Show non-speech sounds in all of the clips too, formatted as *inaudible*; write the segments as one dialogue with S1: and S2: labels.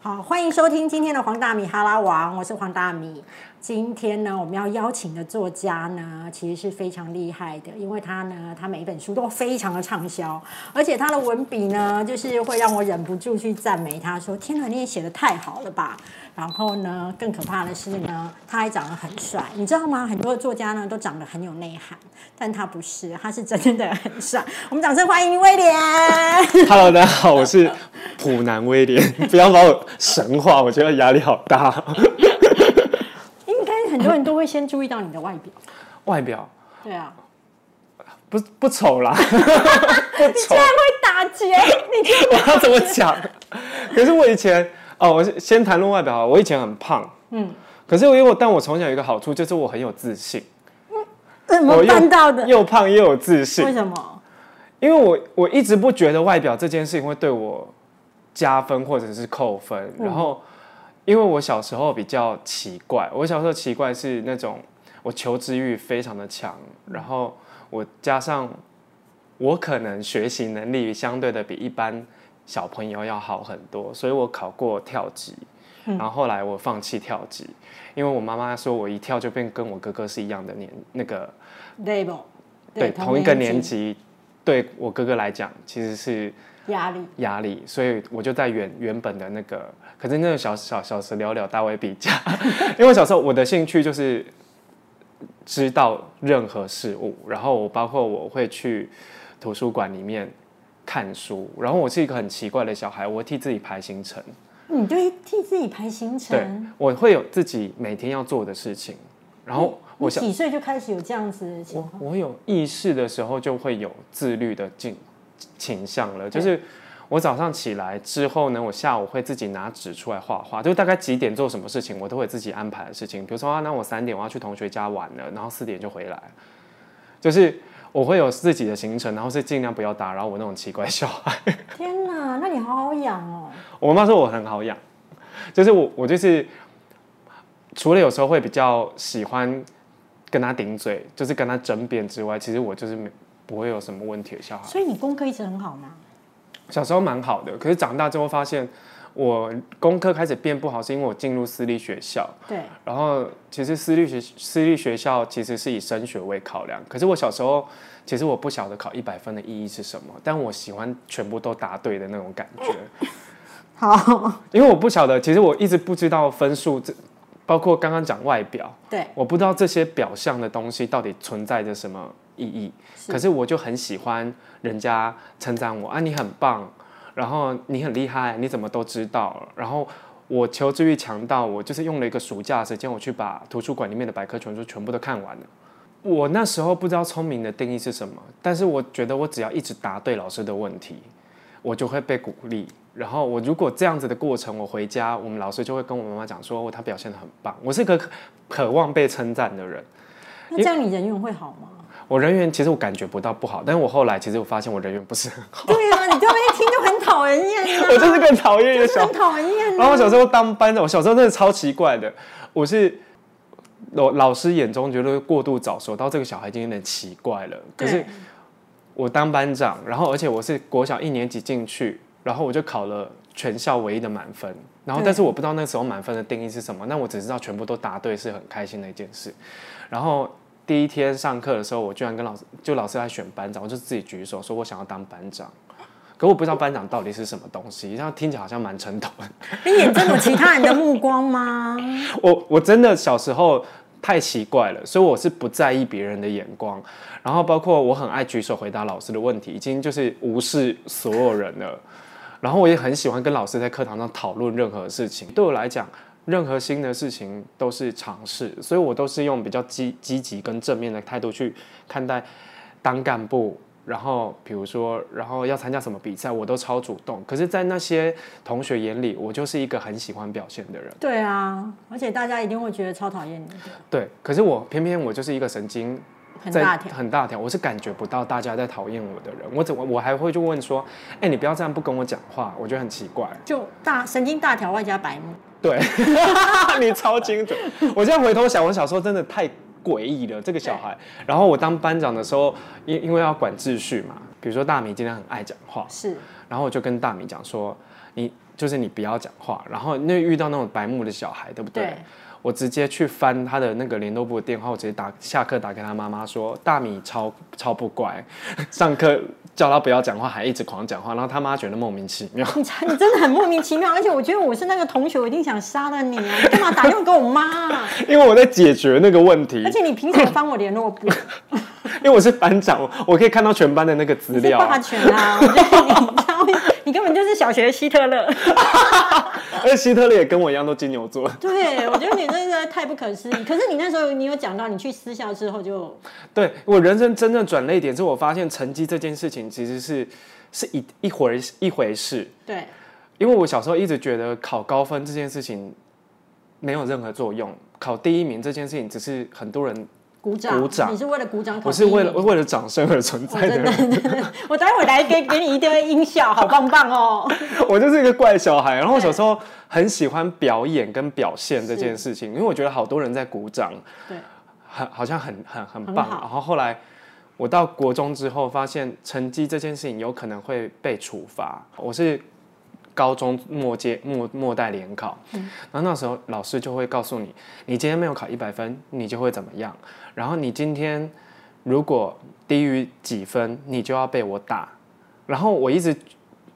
S1: 好，欢迎收听今天的黄大米哈拉王，我是黄大米。今天呢，我们要邀请的作家呢，其实是非常厉害的，因为他呢，他每一本书都非常的畅销，而且他的文笔呢，就是会让我忍不住去赞美他，说：“天哪，你也写的太好了吧！”然后呢，更可怕的是呢，他还长得很帅，你知道吗？很多的作家呢，都长得很有内涵，但他不是，他是真的很帅。我们掌声欢迎威廉。
S2: *laughs* Hello，大家好，我是普南威廉， *laughs* 不要把我神化，我觉得压力好大。
S1: *laughs* 应该很多人都会先注意到你的外表，
S2: 外表
S1: 对啊。
S2: 不不丑啦， *laughs*
S1: 你竟然会打结，你就
S2: 我要怎么讲？可是我以前哦，我先谈论外表好了，我以前很胖，
S1: 嗯
S2: 嗯，可是我因为我但我从小有一个好处，就是我很有自信，
S1: 怎
S2: 我
S1: 么
S2: 又
S1: 办到的？
S2: 又胖又有自
S1: 为
S2: 信，
S1: 什么？
S2: 因为我我一直不觉得外表这件事情会对我加分或者是扣分，然后。因为我小时候比较奇怪，我小时候奇怪是那种我求知欲非常的强，然后我加上我可能学习能力相对的比一般小朋友要好很多，所以我考过跳级，然后后来我放弃跳级，因为我妈妈说我一跳就变跟我哥哥是一样的年那个
S1: label
S2: 对同一个年
S1: 级
S2: 级，对我哥哥来讲其实是
S1: 压力，
S2: 压力，所以我就在原原本的那个，可是那个小小小时聊聊大卫比较， *laughs* 因为小时候我的兴趣就是知道任何事物，然后我包括我会去图书馆里面看书，然后我是一个很奇怪的小孩，我会替自己排行程，
S1: 你对替自己排行
S2: 对
S1: 程。
S2: 我会有自己每天要做的事情，然后
S1: 你
S2: 我想
S1: 几岁就开始有这样子的情
S2: 我
S1: 况？
S2: 我有意识的时候就会有自律的倾倾向了，就是我早上起来之后呢，我下午会自己拿纸出来画画，就大概几点做什么事情，我都会自己安排的事情。比如说啊，那我三点我要去同学家玩了，然后四点就回来，就是我会有自己的行程，然后是尽量不要打扰我那种奇怪小孩。
S1: 天哪，那你好好养哦。
S2: 我妈说我很好养，就是我我就是除了有时候会比较喜欢跟她顶嘴，就是跟她争辩之外，其实我就是没不会有什么问题的小孩。
S1: 所以你功课一直很好吗？
S2: 小时候蛮好的，可是长大之后发现我功课开始变不好，是因为我进入私立学校。
S1: 对，
S2: 然后其实私立学私立学校其实是以升学为考量，可是我小时候其实我不晓得考一百分的意义是什么，但我喜欢全部都答对的那种感觉。
S1: 好，
S2: 因为我不晓得，其实我一直不知道分数，这包括刚刚讲外表，
S1: 对，
S2: 我不知道这些表象的东西到底存在着什么意义。
S1: 是
S2: 可是我就很喜欢人家称赞我啊，你很棒，然后你很厉害，你怎么都知道。然后我求知欲强到我就是用了一个暑假的时间，我去把图书馆里面的百科全书全部都看完了。我那时候不知道聪明的定义是什么，但是我觉得我只要一直答对老师的问题，我就会被鼓励。然后我如果这样子的过程，我回家，我们老师就会跟我妈妈讲说，哦，他表现的很棒。我是个渴渴望被称赞的人，
S1: 那这样你人缘会好吗？
S2: 我人缘其实我感觉不到不好，但是我后来其实我发现我人缘不是
S1: *laughs*
S2: 很好，
S1: 对啊，你这么一听就很讨人厌啊，
S2: 我就是个讨厌的
S1: 就是
S2: 小
S1: 很讨人厌
S2: 然
S1: 啊。
S2: 后我小时候当班长，我小时候真的超奇怪的，我是老老师眼中觉得过度早熟，到这个小孩已经有点奇怪了。可是
S1: 对
S2: 我当班长，然后而且我是国小一年级进去，然后我就考了全校唯一的满分。然后
S1: 对
S2: 但是我不知道那时候满分的定义是什么，那我只知道全部都答对是很开心的一件事。然后第一天上课的时候，我居然跟老师，就老师在选班长，我就自己举手说我想要当班长。可我不知道班长到底是什么东西，然后听起来好像蛮沉痛的。
S1: 你眼中有其他人的目光吗？
S2: 我我真的小时候太奇怪了，所以我是不在意别人的眼光，然后包括我很爱举手回答老师的问题，已经就是无视所有人了。然后我也很喜欢跟老师在课堂上讨论任何事情，对我来讲，任何新的事情都是尝试，所以我都是用比较积积极跟正面的态度去看待当干部。然后，比如说，然后要参加什么比赛，我都超主动。可是，在那些同学眼里，我就是一个很喜欢表现的人。
S1: 对啊，而且大家一定会觉得超讨厌你的，
S2: 对，可是我偏偏我就是一个神经
S1: 很
S2: 在
S1: 大条。
S2: 很大条，我是感觉不到大家在讨厌我的人，我怎么我还会去问说，哎、你不要这样不跟我讲话，我觉得很奇怪。
S1: 就大神经大条外加白目，
S2: 对， *laughs* 你超精准。我现在回头想，我小时候真的太诡异了，这个小孩。然后我当班长的时候，因因为要管秩序嘛，比如说大米今天很爱讲话，
S1: 是
S2: 然后我就跟大米讲说，你就是你不要讲话。然后那遇到那种白目的小孩，对不对？
S1: 对
S2: 我直接去翻他的那个联络部的电话，我直接打下课打给他妈妈说，大米超超不乖， *laughs* 上课叫他不要讲话，还一直狂讲话，然后他妈觉得莫名其妙。 *laughs*
S1: 你 *laughs* 你真的很莫名其妙，而且我觉得我是那个同学，我一定想杀了你啊！你干嘛打电话给我妈、啊？
S2: 因为我在解决那个问题
S1: 而，且你凭什么翻我联络
S2: *laughs*
S1: 簿？
S2: 因为我是班长，我我可以看到全班的那个资
S1: 你是
S2: 料啊、
S1: 霸权啊！我觉得你 *laughs* 这样，你根本就是小学希特
S2: *laughs*
S1: 勒。
S2: 啊而且希特勒也跟我一样都金牛座， *laughs*
S1: 对，我觉得你真的太不可思议。可是你那时候你有讲到，你去私校之后就
S2: 对我人生真正转捩点是我发现成绩这件事情其实是是一一回一回事，
S1: 对
S2: 因为我小时候一直觉得考高分这件事情没有任何作用，考第一名这件事情只是很多人，
S1: 鼓掌，
S2: 鼓掌
S1: 你是为了鼓掌考
S2: 我
S1: 第
S2: 是
S1: 一名，
S2: 为了为了掌声而存
S1: 我
S2: 在的
S1: 真
S2: 人，
S1: 的， *laughs* 我待会儿来给给你一堆音效，好棒棒哦！
S2: *laughs* 我就是一个怪小孩。然后我小时候很喜欢表演跟表现这件
S1: 是
S2: 事情，因为我觉得好多人在鼓掌，
S1: 对，
S2: 很好像很很很
S1: 很
S2: 棒。
S1: 好
S2: 然后后来我到国中之后，发现成绩这件事情有可能会被处罚。我是高中末阶末末代联考，
S1: 嗯
S2: 然后那时候老师就会告诉你，你今天没有考一百分，你就会怎么样。然后你今天如果低于几分，你就要被我打。然后我一直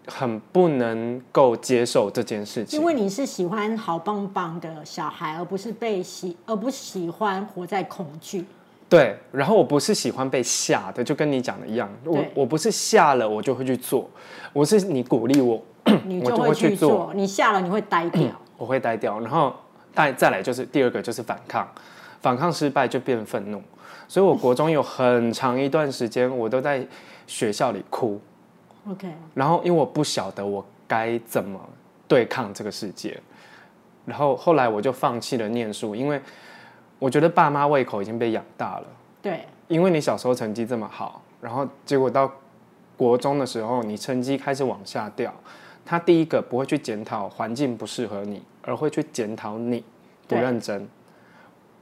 S2: 很不能够接受这件事情
S1: 因。为你是喜欢好棒棒的小孩，而不是被喜，而不喜欢活在恐
S2: *clears throat*
S1: 惧。
S2: 对，然后我不是喜欢被吓的，就跟你讲的一样，我
S1: 对
S2: 我不是吓了我就会去做，我是你鼓励我，
S1: 你
S2: 我
S1: 就
S2: 就
S1: 会
S2: 会去
S1: 去
S2: 做
S1: 做，你下了你会呆
S2: *clears throat*
S1: 掉。
S2: 我会呆掉。然后再再来就是第二个就是反抗，反抗失败就变愤怒，所以我国中有很长一段时间我都在学校里哭，
S1: OK，
S2: 然后因为我不晓得我该怎么对抗这个世界，然后后来我就放弃了念书，因为我觉得爸妈胃口已经被养大了。
S1: 对，
S2: 因为你小时候成绩这么好，然后结果到国中的时候，你成绩开始往下掉，他第一个不会去检讨环境不适合你，而会去检讨你不
S1: 对
S2: 认真。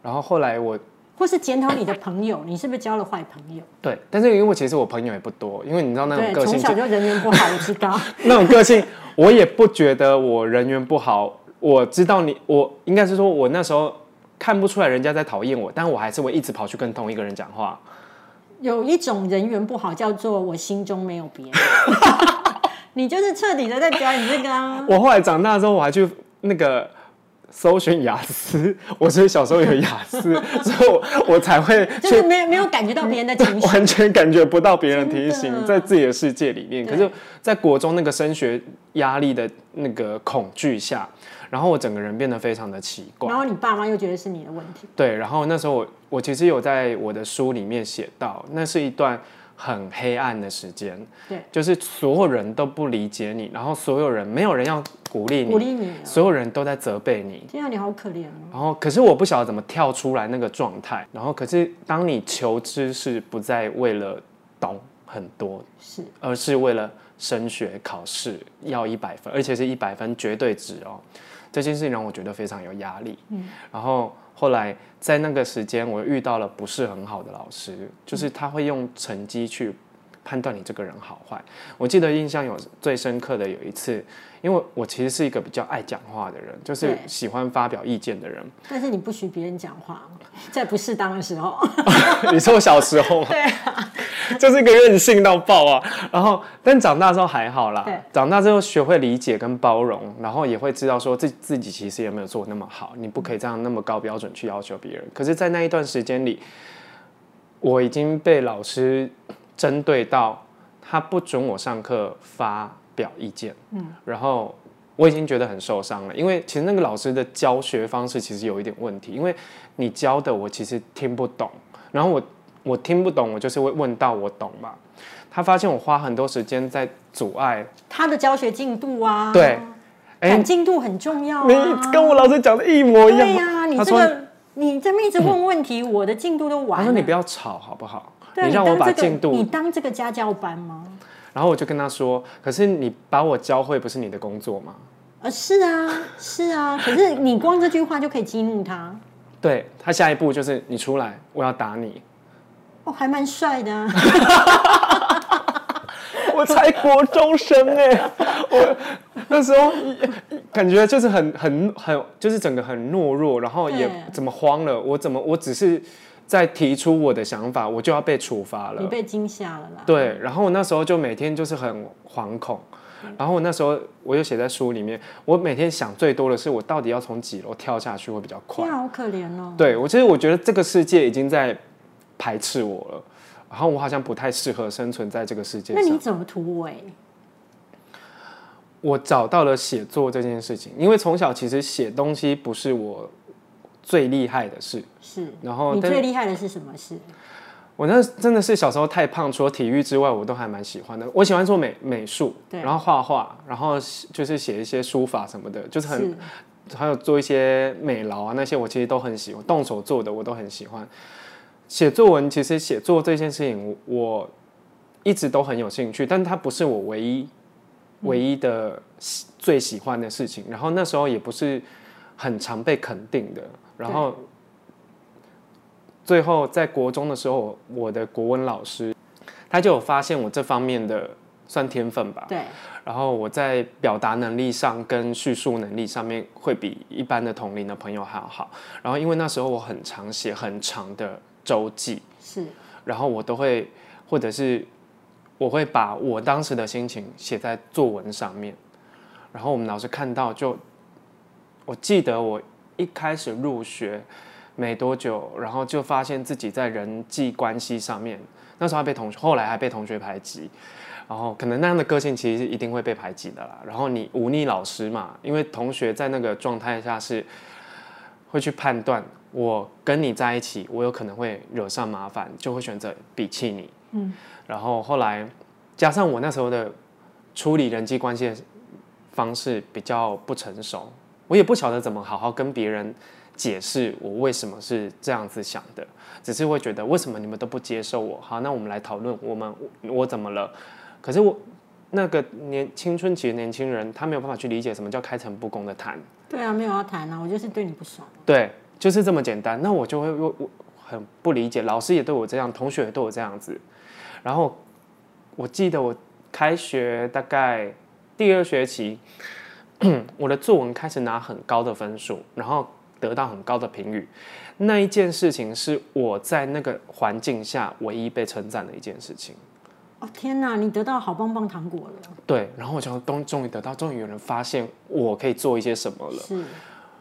S2: 然后后来我
S1: 或是检讨你的朋友，你是不是交了坏朋友？
S2: 对，但是因为其实我朋友也不多，因为你知道那种
S1: 对，
S2: 个
S1: 从
S2: 性就
S1: 小
S2: *laughs*
S1: 就人缘不好，我知道。 *laughs*
S2: 那种个性，我也不觉得我人缘不好。我知道你，我应该是说，我那时候看不出来人家在讨厌我，但我还是会一直跑去跟同一个人讲话。
S1: 有一种人缘不好，叫做我心中没有别人。 *laughs* 你就是彻底的在表演这个
S2: *laughs*
S1: 啊！
S2: 我后来长大之后，我还去那个搜寻雅思， *laughs* 我所以小时候有雅思，所以我我才会
S1: 就是
S2: 去
S1: 没有没有感觉到别人的情绪，
S2: 完全感觉不到别人提
S1: 真的
S2: 醒，在自己的世界里面。
S1: 对
S2: 可是，在国中那个升学压力的那个恐惧下，然后我整个人变得非常的奇怪
S1: 然。后你爸妈又觉得是你的问题。
S2: 对，然后那时候我我其实有在我的书里面写到，那是一段很黑暗的时间，
S1: 对，
S2: 就是所有人都不理解你，然后所有人没有人要鼓励
S1: 鼓
S2: 你，
S1: 励你啊，
S2: 所有人都在责备你。
S1: 天啊，你好可怜哦！
S2: 然后，可是我不晓得怎么跳出来那个状态。然后，可是当你求知识不再为了懂很多，
S1: 是
S2: 而是为了升学考试要一百分，而且是一百分绝对值哦，这件事情让我觉得非常有压力。嗯，然后后来在那个时间，我遇到了不是很好的老师，就是他会用成绩去判断你这个人好坏。我记得印象有最深刻的有一次，因为我其实是一个比较爱讲话的人，就是
S1: 对
S2: 喜欢发表意见的人。
S1: 但是你不许别人讲话， *laughs* 在不适当的时候， *laughs*
S2: *laughs* 你说我小时候吗？对、啊就是一个任性到爆啊。然后，但长大之后还好啦
S1: 对。
S2: 长大之后学会理解跟包容，然后也会知道说自自己其实也没有做那么好，你不可以这样那么高标准去要求别人。可是，在那一段时间里，我已经被老师针对到，他不准我上课发表意见。嗯，然后。我已经觉得很受伤了，因为其实那个老师的教学方式其实有一点问题，因为你教的我其实听不懂，然后我我听不懂，我就是会问到我懂嘛。他发现我花很多时间在阻碍，
S1: 他的教学进度啊，
S2: 对，哎、
S1: 赶进度很重要啊。
S2: 你跟我老师讲的一模一样。
S1: 对呀、你
S2: 他
S1: 这
S2: 说嗯
S1: 个你这么一直问问题，我的进度都
S2: 他
S1: 完
S2: 说你
S1: 了。
S2: 不要吵好不好？
S1: 对啊，
S2: 让我
S1: 当
S2: 把
S1: 这个
S2: 进度
S1: 你当这个家教班吗？
S2: 然后我就跟他说，可是你把我教会不是你的工作吗？
S1: 呃，是啊，是啊，可是你光这句话就可以激怒他，
S2: 对他下一步就是你出来，我要打你。
S1: 哦，还蛮帅的、啊。
S2: *laughs* 欸
S1: *laughs*
S2: 我才国中生哎、我那时候感觉就是很很很，就是整个很懦弱，然后也
S1: 对
S2: 怎么慌了，我怎么我只是在提出我的想法，我就要被处罚了
S1: 你。被惊吓了啦。
S2: 对，然后我那时候就每天就是很惶恐，然后我那时候我就写在书里面，我每天想最多的是我到底要从几楼跳下去会比较快
S1: 天。啊，好可怜哦。
S2: 对我其实我觉得这个世界已经在排斥我了，然后我好像不太适合生存在这个世界
S1: 那
S2: 上
S1: 你。怎么突围？
S2: 我找到了写作这件事情，因为从小其实写东西不是我最厉害的事，
S1: 是，
S2: 然后
S1: 你
S2: 但是
S1: 最厉害的是什么事？
S2: 我那真的是小时候太胖，除了体育之外，我都还蛮喜欢的。我喜欢做美美术，
S1: 对
S2: 然后画画，然后就是写一些书法什么的，就是很还有做一些美劳啊那些，我其实都很喜欢，动手做的我都很喜欢。写作文其实写作这件事情我，我一直都很有兴趣，但它不是我唯一唯一的喜最喜欢的事情。然后那时候也不是很常被肯定的。然后最后在国中的时候，我的国文老师他就有发现我这方面的算天分吧。
S1: 对，
S2: 然后我在表达能力上跟叙述能力上面会比一般的同龄的朋友还要好。然后因为那时候我很常写很长的周记，
S1: 是
S2: 然后我都会或者是我会把我当时的心情写在作文上面。然后我们老师看到就，我记得我一开始入学没多久，然后就发现自己在人际关系上面，那时候还被同学，后来还被同学排挤。然后可能那样的个性其实是一定会被排挤的啦。然后你忤逆老师嘛，因为同学在那个状态下是会去判断我跟你在一起，我有可能会惹上麻烦，就会选择鄙弃你。
S1: 嗯，
S2: 然后后来加上我那时候的处理人际关系的方式比较不成熟，我也不晓得怎么好好跟别人解释我为什么是这样子想的，只是会觉得为什么你们都不接受我？好，那我们来讨论我们我我怎么了？可是我。那个年青春期的年轻人，他没有办法去理解什么叫开诚布公的谈，
S1: 对啊，没有要谈啊，我就是对你不爽。
S2: 对，就是这么简单。那我就会我我很不理解，老师也对我这样，同学也对我这样子。然后我记得我开学大概第二学期，我的作文开始拿很高的分数，然后得到很高的评语。那一件事情是我在那个环境下唯一被称赞的一件事情。
S1: 哦天哪，你得到好棒棒糖果了，
S2: 对，然后我想终终于得到，终于有人发现我可以做一些什么了。
S1: 是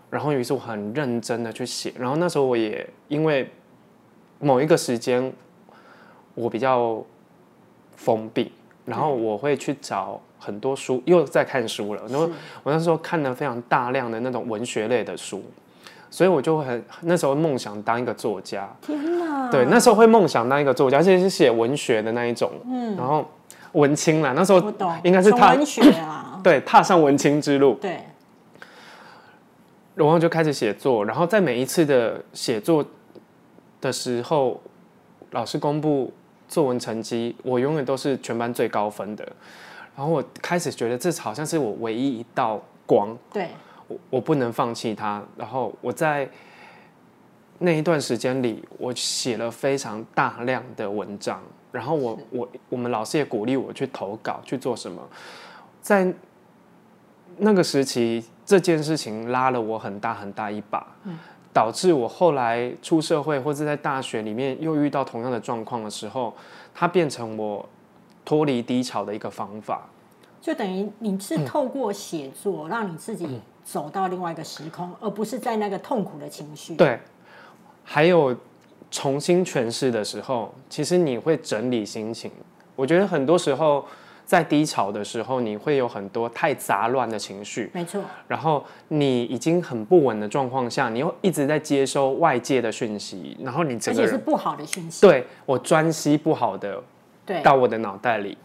S2: 然后于是我很认真的去写，然后那时候我也因为某一个时间我比较封闭，然后我会去找很多书，又在看书了。然后我那时候看了非常大量的那种文学类的书，所以我就很那时候梦想当一个作家，
S1: 天哪，
S2: 对，那时候会梦想当一个作家，而且是写文学的那一种，嗯，然后文青啦，那时候
S1: 我懂，
S2: 应该是
S1: 从
S2: 踏
S1: 文学啦，
S2: *coughs* 对踏上文青之路。
S1: 对，
S2: 然后就开始写作，然后在每一次的写作的时候，老师公布作文成绩，我永远都是全班最高分的。然后我开始觉得这好像是我唯一一道光，
S1: 对，
S2: 我我不能放弃它。然后我在那一段时间里，我写了非常大量的文章，然后我我我们老师也鼓励我去投稿去做什么，在那个时期，这件事情拉了我很大很大一把，导致我后来出社会或者在大学里面又遇到同样的状况的时候，它变成我脱离低潮的一个方法。
S1: 就等于你是透过写作让你自己走到另外一个时空，而不是在那个痛苦的情绪。
S2: 对，还有重新诠释的时候，其实你会整理心情。我觉得很多时候在低潮的时候，你会有很多太杂乱的情绪，
S1: 没错，
S2: 然后你已经很不稳的状况下，你又一直在接收外界的讯息，然后你
S1: 而
S2: 整个
S1: 且是
S2: 人
S1: 不好的讯息。
S2: 对我专吸不好的
S1: 对，
S2: 到我的脑袋里。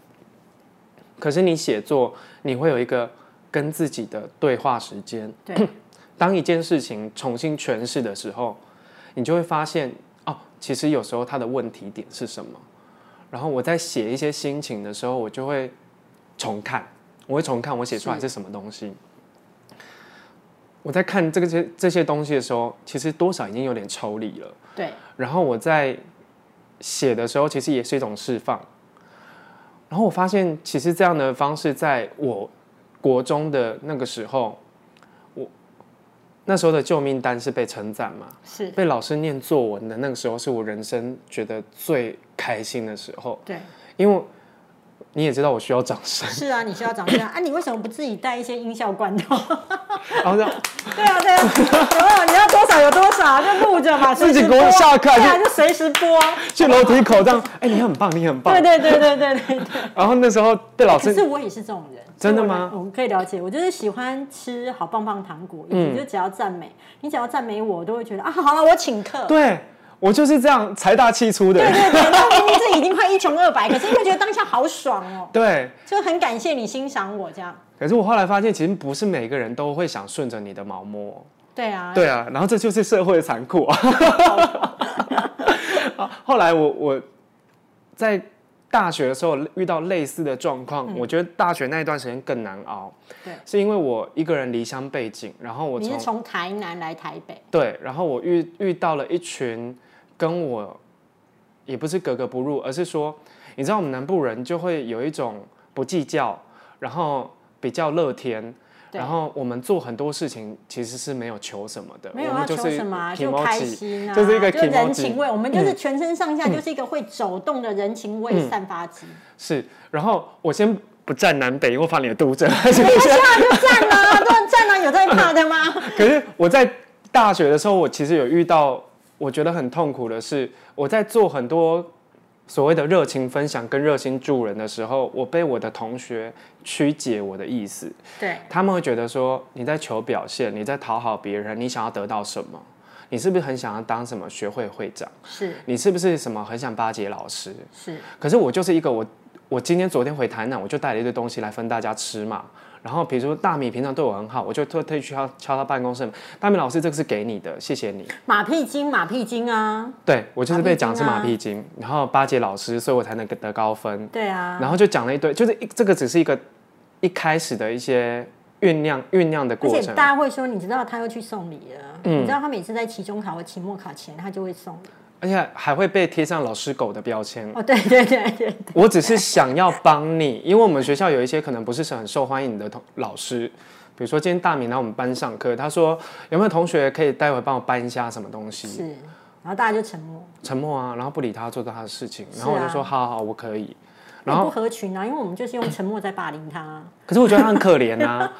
S2: 可是你写作，你会有一个跟自己的对话时间。
S1: 对，
S2: 当一件事情重新诠释的时候，你就会发现哦，其实有时候它的问题点是什么。然后我在写一些心情的时候，我就会重看，我会重看我写出来是什么东西。我在看这个些这些东西的时候，其实多少已经有点抽离了。
S1: 对，
S2: 然后我在写的时候，其实也是一种释放。然后我发现，其实这样的方式，在我国中的那个时候，我那时候的救命单是被称赞嘛，
S1: 是
S2: 被老师念作文的那个时候，是我人生觉得最开心的时候，
S1: 对，
S2: 因为你也知道我需要掌声，
S1: 是啊，你需要长这样啊，你为什么不自己带一些音效罐头？
S2: 然后这样
S1: 对啊，对啊，有没有？你要多少有多少，就录着嘛，
S2: 自己
S1: 随时播
S2: 给我下课
S1: 对啊，就随时播。
S2: 去楼梯口这样，哎、你很棒，你很棒
S1: 对。对对对对对对。
S2: 然后那时候被老
S1: 可
S2: 师
S1: 是我也是这种人，
S2: 真的吗
S1: 所以我能我可以了解，我就是喜欢吃好棒棒糖果，
S2: 嗯
S1: 你就只要赞美，你只要赞美我，我都会觉得啊，好了，我请客。
S2: 对我就是这样财大气粗的人，
S1: 对对，那明明自己已经快一穷二白，可是因为觉得当下好爽哦，
S2: 对。
S1: 就很感谢你欣赏我这样。
S2: 可是我后来发现，其实不是每个人都会想顺着你的毛摸。
S1: 对啊，
S2: 对啊，然后这就是社会的残酷啊。啊 *laughs* 后来我我在大学的时候遇到类似的状况，我觉得大学那一段时间更难熬。
S1: 嗯对，
S2: 是因为我一个人离乡背景，然后我
S1: 你
S2: 从
S1: 是从台南来台北，
S2: 对，然后我遇遇到了一群跟我也不是格格不入，而是说，你知道我们南部人就会有一种不计较，然后比较乐天。
S1: 对
S2: 然后我们做很多事情其实是没有求什么的，
S1: 没有
S2: 我
S1: 要
S2: 们就
S1: 求
S2: 是
S1: 什么啊，就
S2: kimochi
S1: 开心啊，
S2: 就是一个
S1: 就人
S2: kimochi
S1: 情味。我们
S2: 嗯
S1: 就是全身上下就是一个会走动的人情味散发
S2: *laughs*
S1: 机。
S2: 是。然后我先不站南北，因为我怕你的读者。
S1: 没关系啊，就站啊，都站啊，有在怕的吗？
S2: *laughs* 可是我在大学的时候，我其实有遇到我觉得很痛苦的是，我在做很多所谓的热情分享跟热心助人的时候，我被我的同学曲解我的意思。
S1: 对，
S2: 他们会觉得说你在求表现，你在讨好别人，你想要得到什么？你是不是很想要当什么学会会长？
S1: 是
S2: 你是不是什么很想巴结老师？
S1: 是，
S2: 可是我就是一个我，我今天昨天回台南，我就带了一堆东西来分大家吃嘛。然后比如说大米平常对我很好，我就特特意去敲敲他办公室门，大米老师这个是给你的，谢谢你。
S1: 马屁精，马屁精啊，
S2: 对我就是被讲是马
S1: 马
S2: 屁
S1: 屁
S2: 精，然后巴结老师，所以我才能得高分。
S1: 对啊。
S2: 然后就讲了一堆，就是一这个只是一个一开始的一些酝酿酝酿的
S1: 而
S2: 过
S1: 且
S2: 程嗯
S1: 大。家会说，你知道他又去送礼了，你知道他每次在期中考或期末考前，他就会送礼。
S2: 而且还会被贴上老师狗的标签。
S1: 哦，对对对对，
S2: 我只是想要帮你，因为我们学校有一些可能不是很受欢迎的同老师，比如说今天大明来我们班上课，他说有没有同学可以待会帮我搬一下什么东西？
S1: 是。然后大家就沉默，
S2: 沉默啊，然后不理他，做做他的事情，
S1: 是啊
S2: 然后我就说好好好，我可以。然
S1: 也
S2: 后
S1: 不合群啊，因为我们就是用沉默在霸凌他。啊
S2: 可是我觉得他很可怜
S1: *laughs*
S2: 啊，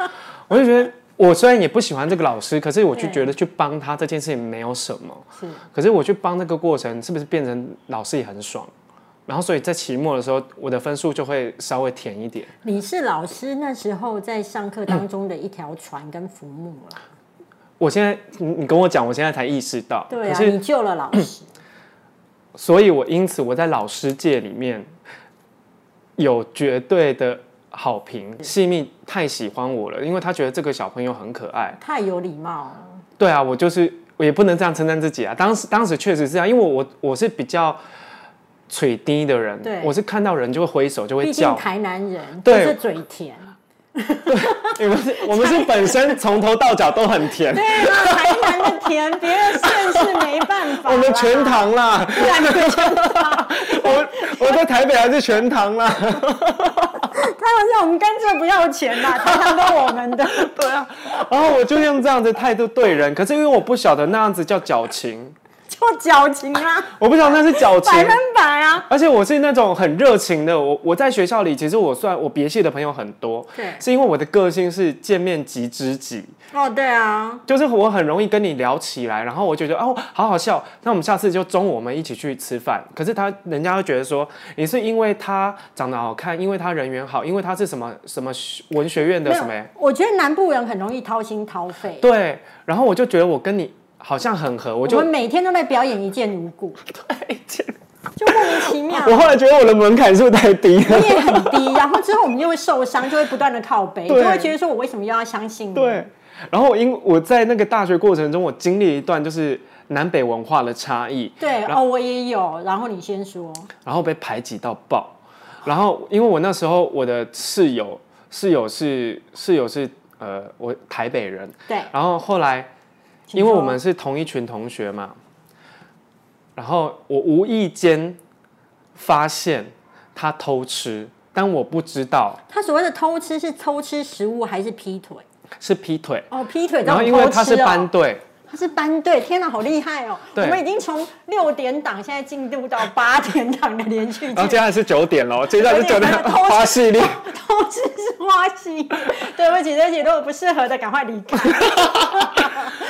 S2: 我就觉得我虽然也不喜欢这个老师，可是我就觉得去帮他这件事情没有什么。
S1: 是，
S2: 可是我去帮这个过程，是不是变成老师也很爽？然后所以在期末的时候，我的分数就会稍微甜一点。
S1: 你是老师那时候在上课当中的一条船跟浮木啊啦。
S2: 我现在你你跟我讲，我现在才意识到，
S1: 对
S2: 可
S1: 啊，
S2: 是
S1: 你救了老师。
S2: 所以，我因此我在老师界里面有绝对的好评。细密太喜欢我了，因为他觉得这个小朋友很可爱。
S1: 太有礼貌了，
S2: 对啊，我就是我也不能这样称赞自己啊。当时当时确实是这样，因为我我是比较嘴低的人
S1: 对，
S2: 我是看到人就会挥手就会
S1: 毕竟
S2: 叫，
S1: 台南人就
S2: 对
S1: 是嘴甜，
S2: 因为我们是我们是本身从头到脚都很甜，
S1: *laughs* 对啊，台南的甜，别的县市没办法啦。
S2: 我们全糖啦。
S1: 对啊，你们全
S2: 我我在台北还是全糖啦。
S1: 开玩笑，我们干脆不要钱啦，台南都我
S2: *laughs*
S1: 们的。
S2: 对啊，然后我就用这样的态度对人，可是因为我不晓得那样子叫矫情，
S1: 就矫情啊，
S2: 我不晓得那是矫情
S1: 百，分百啊。
S2: 而且我是那种很热情的。我我在学校里，其实我算我别系的朋友很多，
S1: 对
S2: 是因为我的个性是见面即知己，
S1: 哦，对啊，
S2: 就是我很容易跟你聊起来，然后我就觉得哦，好好笑。那我们下次就中午我们一起去吃饭。可是他人家会觉得说，你是因为他长得好看，因为他人缘好，因为他是什么什么文学院的
S1: 没
S2: 什
S1: 有
S2: 么。，
S1: 我觉得南部人很容易掏心掏肺。
S2: 对，然后我就觉得我跟你好像很合，我
S1: 我
S2: 就
S1: 们每天都在表演一见如
S2: *laughs*
S1: 故，就莫名其妙。啊
S2: 我后来觉得我的门槛是不是太低
S1: 我 *laughs*
S2: *laughs* 了？
S1: 也很低，然后之后我们就会受伤，就会不断的靠背，就
S2: 对
S1: 会觉得说我为什么又要相信你？
S2: 对，然后我因我在那个大学过程中，我经历一段就是南北文化的差异，
S1: 对哦，我也有。然后你先说，
S2: 然后被排挤到爆。然后因为我那时候我的室友室友是室友是呃我台北人，
S1: 对，
S2: 然后后来
S1: 请
S2: 因为
S1: 说
S2: 我们是同一群同学嘛，然后我无意间发现他偷吃，但我不知道
S1: 他所谓的偷吃是偷吃食物还是劈腿？
S2: 是劈腿。
S1: 哦，劈腿这种
S2: 然
S1: 偷
S2: 后
S1: 吃
S2: 因
S1: 哦。
S2: 为他是班队，
S1: 他是班队，天哪，好厉害哦！我
S2: 对
S1: 们已经从六点档现在进度到八点档的连续剧，
S2: 然后接下来是九点喽，接下来是九
S1: 九点
S2: 点
S1: 他偷吃
S2: 花系列。
S1: 都只是花心。对不起，对不起，如果不适合的赶快
S2: *laughs*
S1: 离开。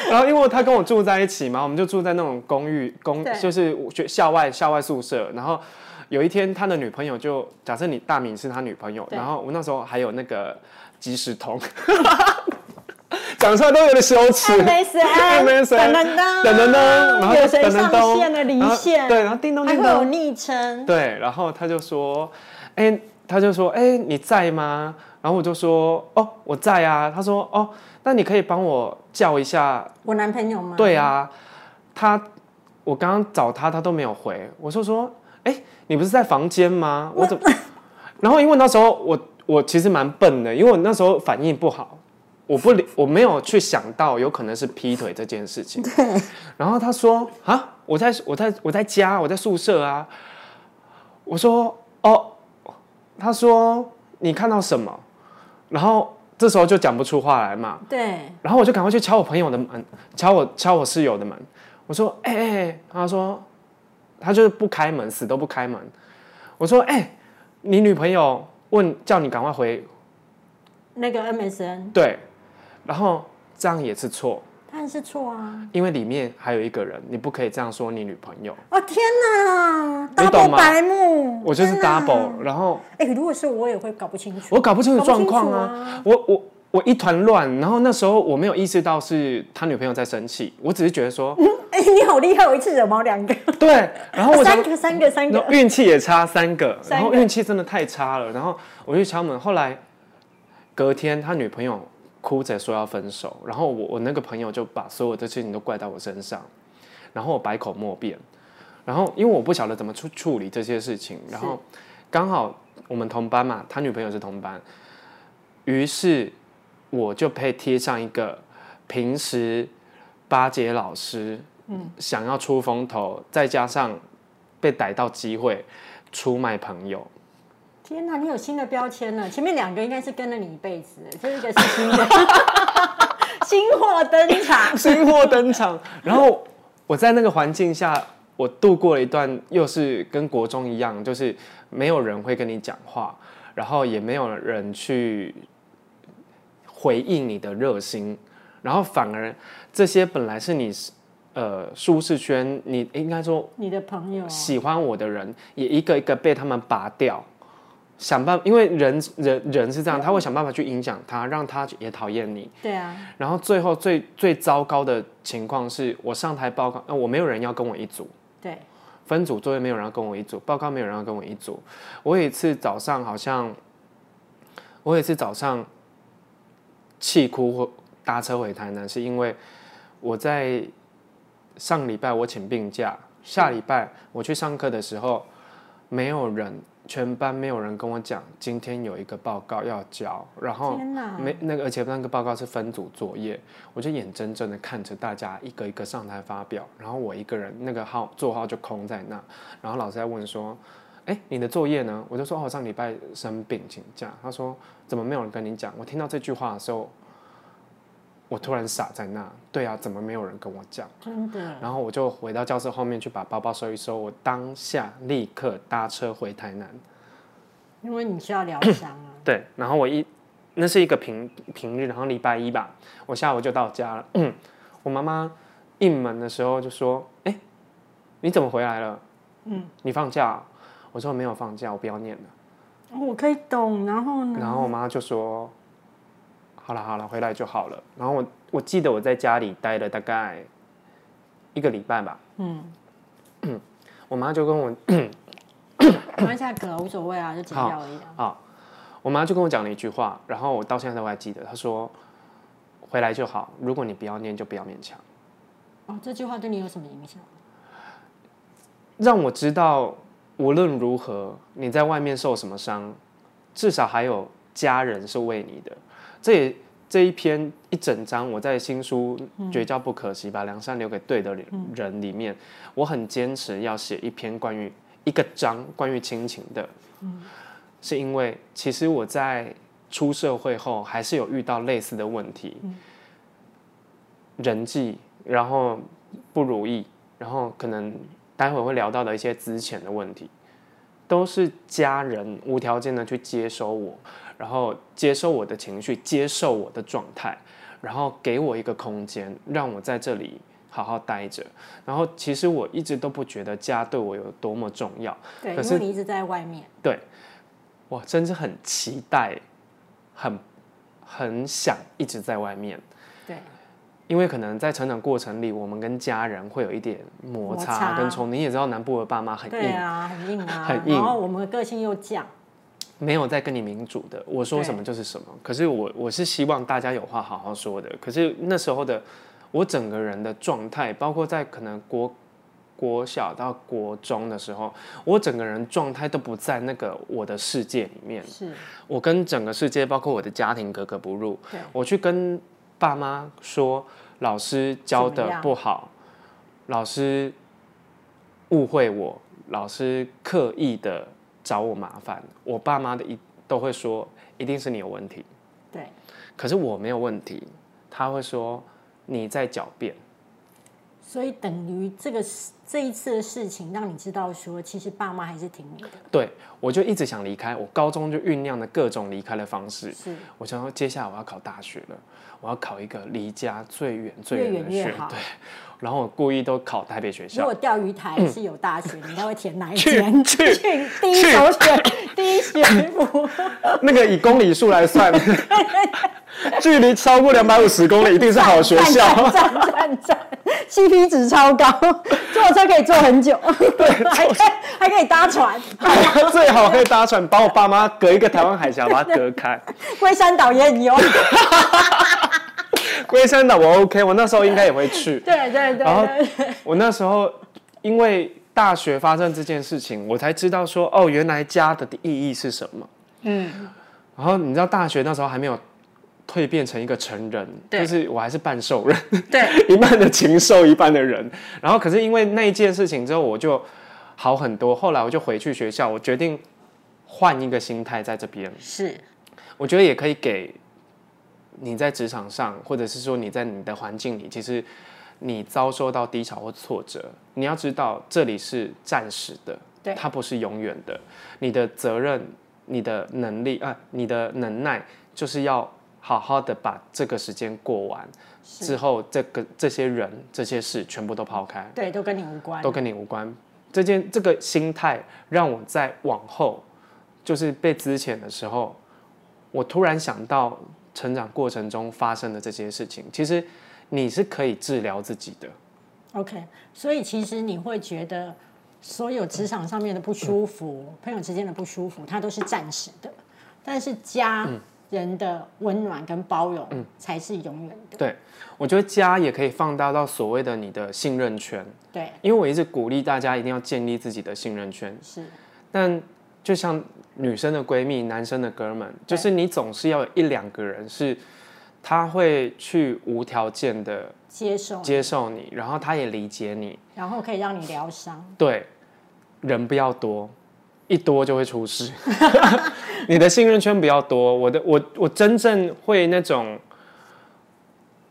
S2: 然后因为他跟我住在一起嘛，我们就住在那种公寓公
S1: 对，
S2: 就是学校外校外宿舍。然后有一天他的女朋友就假设你大米是他女朋友，
S1: 对
S2: 然后我那时候还有那个即时通，讲出来都有点羞耻。
S1: MSN，
S2: MSN
S1: 等等噔
S2: 等等噔，然后
S1: 啊有谁
S2: 等等
S1: 上
S2: 噔
S1: 线了离
S2: 然后
S1: 线，
S2: 对，然后叮咚
S1: 还
S2: 叮
S1: 会有
S2: 咚，
S1: 昵称，
S2: 对，然后他就说，哎、他就说，哎、你在吗？然后我就说，哦，我在啊。他说，哦，那你可以帮我叫一下
S1: 我男朋友吗？
S2: 对啊，他我刚刚找他，他都没有回。我就说，哎、你不是在房间吗？我怎么？ *laughs* 然后因为那时候我我其实蛮笨的，因为我那时候反应不好，我不理我没有去想到有可能是劈腿这件事情。然后他说啊，我在我在我在家，我在宿舍啊。我说哦，他说你看到什么？然后这时候就讲不出话来嘛。
S1: 对，
S2: 然后我就赶快去敲我朋友的门，敲我敲我室友的门。我说：“哎、哎、哎！”他说：“他就是不开门，死都不开门。”我说：“哎、你女朋友问叫你赶快回
S1: 那个 MSN，
S2: 对，然后这样也是错，
S1: 当然是错啊！
S2: 因为里面还有一个人，你不可以这样说你女朋友。
S1: 哦天哪
S2: 你
S1: ，double
S2: 懂吗
S1: 白目，
S2: 我就是
S1: 天哪
S2: double，然后
S1: 哎、如果是我也会搞不清楚。
S2: 我搞不清楚状况
S1: 搞不清楚
S2: 啊，我我我一团乱。然后那时候我没有意识到是他女朋友在生气，我只是觉得说
S1: 哎、你好厉害，我一次惹毛两个，
S2: 对，然 *laughs* 后我想
S1: 三个，三个，三
S2: 然
S1: 个
S2: 后。运气也差三个，
S1: 三个
S2: 然后运气真的太差了。然后我去敲门，后来隔天他女朋友哭着说要分手，然后我我那个朋友就把所有的事情都怪到我身上，然后我百口莫辩。然后因为我不晓得怎么处处理这些事情，然后刚好我们同班嘛，他女朋友是同班，于是我就被贴上一个平时巴结老师，想要出风头，再加上被逮到机会出卖朋友，
S1: 天哪，你有新的标签了。前面两个应该是跟了你一辈子，这一个
S2: *laughs*
S1: 是新的， *laughs* 新货登
S2: *laughs*
S1: 场。
S2: 新货登场。然后我在那个环境下，我度过了一段又是跟国中一样，就是没有人会跟你讲话，然后也没有人去回应你的热心，然后反而这些本来是你呃舒适圈，你应该说
S1: 你的朋友，啊
S2: 喜欢我的人也一个一个被他们拔掉，想办，因为人人人是这样，他会想办法去影响他，让他也讨厌你。
S1: 对啊，
S2: 然后最后最最糟糕的情况是我上台报告，呃，我没有人要跟我一组，
S1: 对，
S2: 分组作业没有人要跟我一组，报告没有人要跟我一组。我有一次早上好像，我有一次早上气哭或搭车回台南，是因为我在上礼拜我请病假，下礼拜我去上课的时候，没有人，全班没有人跟我讲今天有一个报告要交，然后
S1: 天哪，
S2: 没那个，而且那个报告是分组作业，我就眼睁睁的看着大家一个一个上台发表，然后我一个人那个号座号就空在那，然后老师在问说：“哎，你的作业呢？”我就说：“哦，我上礼拜生病请假。”他说：“怎么没有人跟你讲？”我听到这句话的时候，我突然傻在那。对啊，怎么没有人跟我讲？
S1: 真的，
S2: 然后我就回到教室后面去把包包收一收，我当下立刻搭车回台南。
S1: 因为你需要疗伤啊。
S2: 对，然后我一那是一个平平日，然后礼拜一吧，我下午就到家了。嗯我妈妈应门的时候就说：“哎、你怎么回来了？嗯，你放假啊、我说：“没有放假，我不要念了。
S1: 哦我可以懂，然后呢？
S2: 然后我妈就说：“好了好了，回来就好了。”然后我我记得我在家里待了大概一个礼拜吧。
S1: 嗯，
S2: 我妈就跟我
S1: 玩一下嗝无所谓啊，就剪掉而已啊。
S2: 我妈就跟我讲了一句话，然后我到现在都还记得。她说：“回来就好，如果你不要念，就不要勉强。”
S1: 哦，这句话对你有什么影响？
S2: 让我知道，无论如何，你在外面受什么伤，至少还有家人是为你的。这也这一篇一整章，我在新书《绝交不可惜》把梁山留给对的人里面，我很坚持要写一篇关于一个章关于亲情的。是因为其实我在出社会后还是有遇到类似的问题，人际，然后不如意，然后可能待会会聊到的一些资钱的问题，都是家人无条件的去接收我，然后接收我的情绪，接受我的状态，然后给我一个空间，让我在这里。好好待着，然后其实我一直都不觉得家对我有多么重要，
S1: 对，
S2: 可
S1: 因
S2: 是
S1: 为你一直在外面，
S2: 我真是很期待，很很想一直在外面，
S1: 对，
S2: 因为可能在成长过程里，我们跟家人会有一点摩
S1: 摩擦
S2: 擦跟冲突。你也知道南部的爸妈很
S1: 对
S2: 硬，
S1: 啊，很硬啊，
S2: 很硬
S1: 然后我们的个性又犟，
S2: 没有在跟你民主的，我说
S1: 对
S2: 什么就是什么。可是我我是希望大家有话好好说的。可是那时候的我整个人的状态，包括在可能国国小到国中的时候，我整个人状态都不在那个我的世界里面。
S1: 是
S2: 我跟整个世界，包括我的家庭格格不入
S1: 对。
S2: 我去跟爸妈说，老师教
S1: 怎么
S2: 的
S1: 样
S2: 不好，老师误会我，老师刻意的找我麻烦。我爸妈的一都会说，一定是你有问题。
S1: 对，
S2: 可是我没有问题，他会说你在狡辩。
S1: 所以等于这个事这一次的事情，让你知道说，其实爸妈还是挺你的，
S2: 对我就一直想离开，我高中就酝酿了各种离开的方式。
S1: 是
S2: 我想说，接下来我要考大学了，我要考一个离家最远最
S1: 越
S2: 远
S1: 远
S2: 的
S1: 越
S2: 学，
S1: 好
S2: 对。然后我故意都考台北学
S1: 如
S2: 校
S1: 果，钓鱼台是有大学，你应该会填哪一
S2: 去
S1: 间？ *laughs*
S2: 去
S1: 第一
S2: 去
S1: 首选，第一选不
S2: 那个以公里数
S1: *laughs*
S2: 来算，距离超过两百五十公里一定是好学校。
S1: 赞赞赞赞，CP *laughs* 值超高，坐车可以坐很久， *laughs* 还可以还可以搭
S2: *laughs*
S1: 船，
S2: 哎最好可以搭船，把我爸妈隔一个台湾海峡把它隔开。
S1: 龟山岛也很优。
S2: 龟山岛我 OK，我那时候应该也会去。
S1: *laughs* 对对对
S2: 然后
S1: 对，
S2: *laughs* 我那时候因为大学发生这件事情，我才知道说，哦，原来家的意义是什么。
S1: 嗯，
S2: 然后你知道大学那时候还没有蜕变成一个成人，
S1: 对
S2: 就是我还是半兽人，
S1: 对，
S2: *laughs* 一半的禽兽，一半的人。然后可是因为那一件事情之后，我就好很多。后来我就回去学校，我决定换一个心态在这边。
S1: 是
S2: 我觉得也可以给你在职场上，或者是说你在你的环境里，其实你遭受到低潮或挫折，你要知道这里是暂时的，
S1: 对
S2: 它不是永远的。你的责任、你的能力啊、你的能耐，就是要好好的把这个时间过完之后，这个这些人、这些事全部都抛开。
S1: 对，都跟你无关
S2: 都。跟你无关。这件这个心态让我在往后就是被资遣的时候，我突然想到成长过程中发生的这些事情，其实你是可以治疗自己的。
S1: OK，所以其实你会觉得所有职场上面的不舒服、朋友之间的不舒服，它都是暂时的，但是家
S2: 嗯
S1: 人的温暖跟包容才是永远的。
S2: 对我觉得家也可以放大到所谓的你的信任圈，
S1: 对，
S2: 因为我一直鼓励大家一定要建立自己的信任圈。
S1: 是
S2: 但就像女生的闺蜜、男生的哥们，
S1: 对
S2: 就是你总是要有一两个人是他会去无条件的
S1: 接受，
S2: 接受你，然后他也理解你。
S1: 然后可以让你疗伤。
S2: 对，人不要多，一多就会出
S1: *laughs*
S2: 事。你的信任圈不要多，我的我我真正会那种，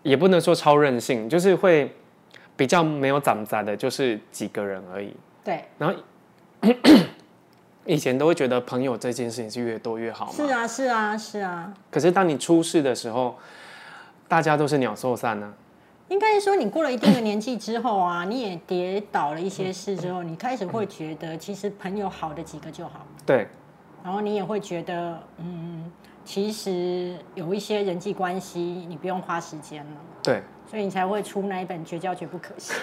S2: 也不能说超任性，就是会比较没有长杂的，就是几个人而已。
S1: 对，
S2: 以前都会觉得朋友这件事情是越多越好嘛，
S1: 是啊，是啊，是啊。
S2: 可是当你出事的时候，大家都是鸟兽散啊呢、
S1: 应该是说，你过了一定的年纪之后
S2: *laughs*
S1: 啊，你也跌倒了一些事之后，你开始会觉得，
S2: 嗯
S1: 其实朋友好的几个就好，
S2: 对，
S1: 然后你也会觉得，嗯，其实有一些人际关系你不用花时间了，
S2: 对。
S1: 所以你才会出那一本《绝交绝不可惜》。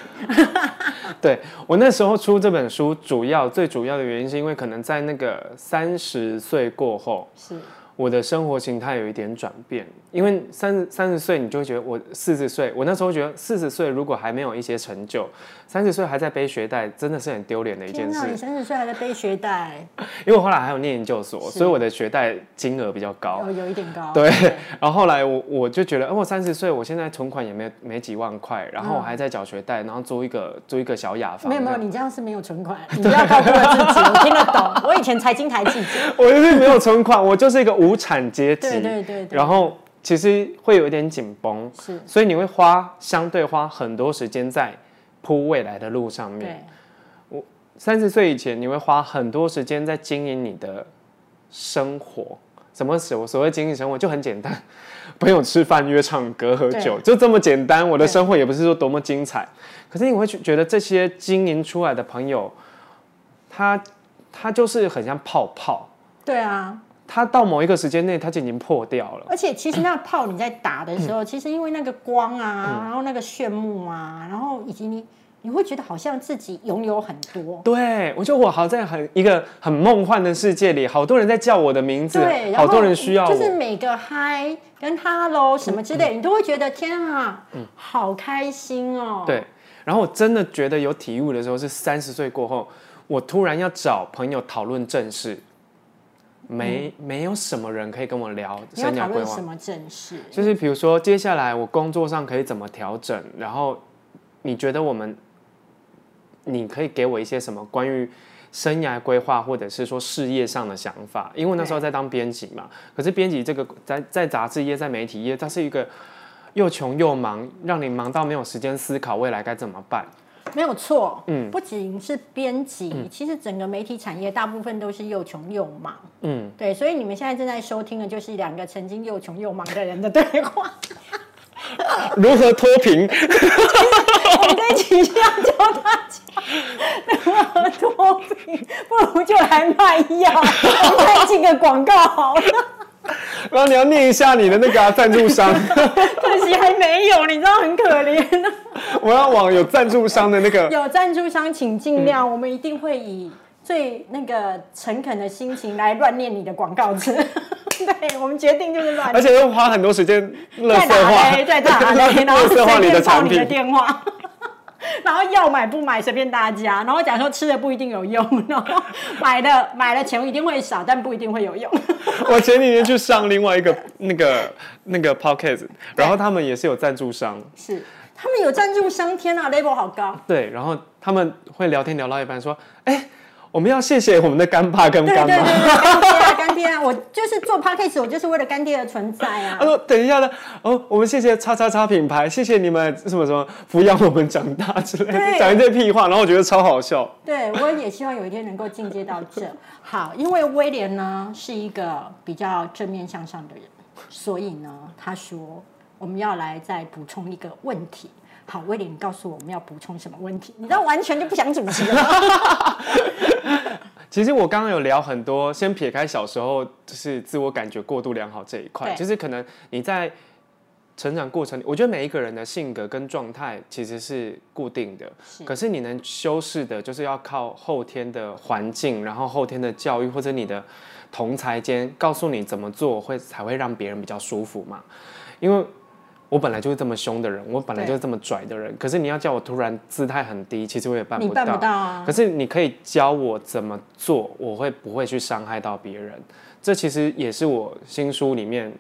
S2: 对我那时候出这本书，主要最主要的原因是因为可能在那个三十岁过后，
S1: 是
S2: 我的生活形态有一点转变，因为三三十岁你就会觉得我四十岁，我那时候觉得四十岁如果还没有一些成就，三十岁还在背学贷，真的是很丢脸的一件
S1: 天啊
S2: 事
S1: 哪，。你三十岁还在背学贷，
S2: 因为我后来还有念研究所，
S1: 是嗯
S2: 所以我的学贷金额比较高。
S1: 有有一点高。
S2: 对，然后后来我我就觉得，哎、我三十岁，我现在存款也没没几万块，然后我还在缴学贷，然后租一个租一个小雅
S1: 嗯
S2: 房。
S1: 没有没有，，你这样是没有存
S2: *laughs*
S1: 款，你不要高估了自己，我听得懂。我以前财经台记者，
S2: 我 *laughs* 就是没有存
S1: *laughs*
S2: 款，我就是一个无产阶级。
S1: 对对对对，
S2: 然后其实会有一点紧绷，
S1: 是，
S2: 所以你会花相对花很多时间在铺未来的路上面。
S1: 对，
S2: 三十岁以前，你会花很多时间在经营你的生活。什么所所谓经营生活就很简单， *laughs* 朋友吃饭、约唱歌、喝酒，就这么简单。我的
S1: 对
S2: 生活也不是说多么精彩，可是你会去觉得这些经营出来的朋友，他他就是很像泡泡，
S1: 对啊。
S2: 他到某一个时间内他就已经破掉了。
S1: 而且其实那个炮你在打的时候，
S2: 嗯
S1: 其实因为那个光啊，然后那个炫目啊，然后以及你，你会觉得好像自己拥有很多。
S2: 对，我觉得我好在很一个很梦幻的世界里，好多人在叫我的名字
S1: 对，，然
S2: 好
S1: 后
S2: 多人需要我，嗯
S1: 就是每个嗨跟 hello 什么之类，你都会觉得天啊，好开心哦。，
S2: 对。然后我真的觉得有体悟的时候是三十岁过后，我突然要找朋友讨论正事，没、没有什么人可以跟我聊
S1: 嗯你要
S2: 生涯
S1: 讨
S2: 规
S1: 论
S2: 划
S1: 什，么正事？
S2: 就是比如说接下来我工作上可以怎么调整，然后你觉得我们，你可以给我一些什么关于生涯规划或者是说事业上的想法？因为那时候在当编辑嘛，可是编辑这个在在杂志业、在媒体业，它是一个又穷又忙，让你忙到没有时间思考未来该怎么办。
S1: 没有错，嗯，不仅是编辑，其实整个媒体产业大部分都是又穷又忙，
S2: 嗯，
S1: 对，所以你们现在正在收听的就是两个曾经又穷又忙的人的对话。
S2: 如何脱贫？ *laughs*
S1: 我们这一期是要教大家那么多病，不如就来卖药，我们来进个广告好了。
S2: 然后你要念一下你的那个啊赞、助商，
S1: 可惜还没有，你知道很可怜。啊
S2: 我要往有赞助商的那个。
S1: 有赞助商请尽量，我们一定会以最那个诚恳的心情来乱念你的广告词。 *laughs* 对，我们决定就是乱
S2: 而
S1: 念。
S2: 且又花很多时间乐
S1: 在
S2: 色
S1: 哪
S2: 化，
S1: 嘞？在哪
S2: *laughs*
S1: 嘞？然后
S2: 垃圾化
S1: 随
S2: 你的
S1: 便报
S2: 产
S1: 你的
S2: 品，
S1: 电话。 *laughs* 然后要买不买随便大家，然后假说吃的不一定有用，然后买的买了钱一定会少，但不一定会有用。
S2: 我前几天去上另外一个那个那个 podcast，然后他们也是有赞助商，
S1: 是，他们有赞助商，天啊，level 好高。
S2: 对，然后他们会聊天聊到一半说，哎、我们要谢谢我们的干爸跟
S1: 对对
S2: 干
S1: 对
S2: 妈。
S1: 对，干爹啊，干爹啊，我就是做 podcast，我就是为了干爹而存在啊
S2: *laughs* 他。说：“等一下呢，哦，我们谢谢叉叉叉品牌，谢谢你们什么什么抚养我们长大之类的，
S1: 对
S2: 讲一些屁话，然后我觉得超好笑。
S1: 对，我也希望有一天能够进阶到这。
S2: *laughs*
S1: 好，因为威廉呢是一个比较正面向上的人，所以呢，他说我们要来再补充一个问题。好，威廉，你告诉我我们要补充什么问题？你知道完全就不想主持
S2: *laughs*
S1: 了。
S2: 其实我刚刚有聊很多，先撇开小时候就是自我感觉过度良好这一块，
S1: 对
S2: 就是可能你在成长过程里，我觉得每一个人的性格跟状态其实是固定的，
S1: 是
S2: 可是你能修饰的，就是要靠后天的环境，然后后天的教育或者你的同才间告诉你怎么做会才会让别人比较舒服嘛，因为。我本来就是这么凶的人，我本来
S1: 对
S2: 就是这么拽的人。可是你要叫我突然姿态很低，其实我也办
S1: 你
S2: 不
S1: 办
S2: 到
S1: 不。到啊
S2: 可。是你可以教我怎么做，我会不会去伤害到别人？这其实也是我新书里面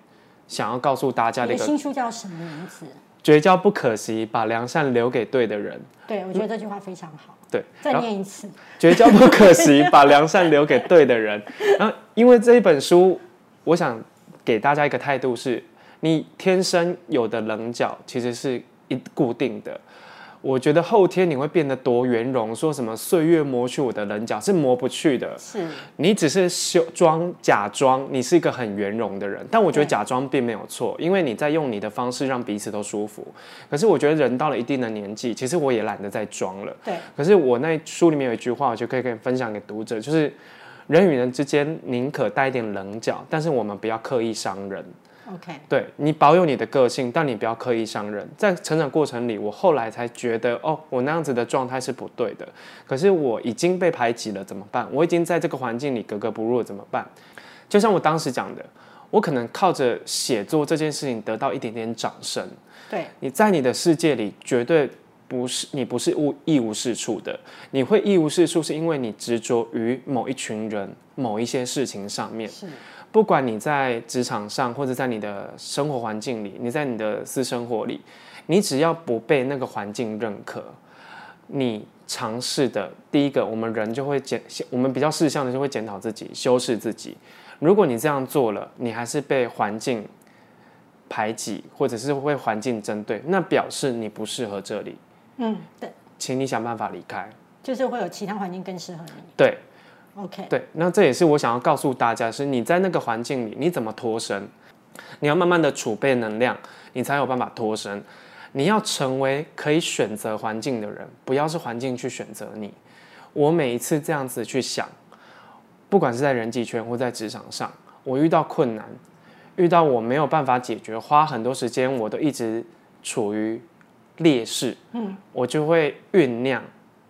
S2: 想要告诉大家的
S1: 你
S2: 一
S1: 的
S2: 个
S1: 新书叫什么名字？
S2: 绝交不可惜，把良善留给对的人。
S1: 对，我觉得这句话非常好。
S2: 对，
S1: 再
S2: 然后
S1: 念一次。
S2: 绝交不可惜，把良善留给对的人。然后，因为这一本书，我想给大家一个态度是：你天生有的棱角其实是一固定的。我觉得后天你会变得多圆融，说什么岁月磨去我的棱角是磨不去的。
S1: 是
S2: 你只是修装假装你是一个很圆融的人，但我觉得
S1: 对
S2: 假装并没有错，因为你在用你的方式让彼此都舒服。可是我觉得人到了一定的年纪，其实我也懒得再装了。
S1: 对，
S2: 可是我那书里面有一句话，我就可以跟分享给读者，就是人与人之间宁可带一点棱角，但是我们不要刻意伤人。
S1: OK。
S2: 对你保有你的个性，但你不要刻意伤人。在成长过程里，我后来才觉得，哦，我那样子的状态是不对的。可是我已经被排挤了，怎么办？我已经在这个环境里格格不入了，怎么办？就像我当时讲的，我可能靠着写作这件事情得到一点点掌声。
S1: 对，
S2: 你在你的世界里绝对不是你不是无一无是处的，你会一无是处是因为你执着于某一群人、某一些事情上面。
S1: 是
S2: 不管你在职场上，或者在你的生活环境里，你在你的私生活里，你只要不被那个环境认可，你尝试的第一个，我们人就会检，我们比较事项的就会检讨自己、修饰自己。如果你这样做了，你还是被环境排挤，或者是被环境针对，那表示你不适合这里，
S1: 嗯，对，
S2: 请你想办法离开。
S1: 就是会有其他环境更适合你。
S2: 对，
S1: OK，
S2: 对，那这也是我想要告诉大家，是你在那个环境里，你怎么脱身？你要慢慢的储备能量，你才有办法脱身。你要成为可以选择环境的人，不要是环境去选择你。我每一次这样子去想，不管是在人际圈或在职场上，我遇到困难，遇到我没有办法解决，花很多时间，我都一直处于劣势，嗯，我就会酝酿，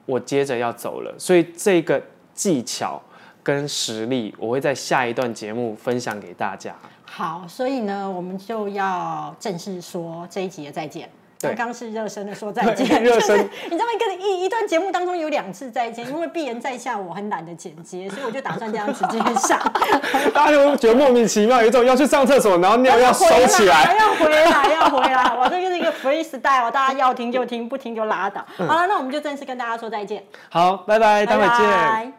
S2: 我接着要走了。所以这个技巧跟实力，我会在下一段节目分享给大 *laughs* 家。
S1: 好，所以呢，我们就要正式说这一集的再见。
S2: 对
S1: 刚刚是热身的说再
S2: *laughs*
S1: 见，
S2: 对热身
S1: 就是 *laughs* 你知道一个一一段节目当中有两次再见，因为必言在下，我很懒得剪接，所以我就打算这样直接
S2: *laughs*
S1: 上。
S2: 大家有没有觉得莫名其妙，有一种要去上厕所，然后尿要 *laughs* 收起来？
S1: 要回来，要回来，我这就是一个 freestyle，大家要听就听，不听就拉倒。好了，那我们就正式跟大家说再见，
S2: 嗯哎好，拜拜，待会见。
S1: 拜拜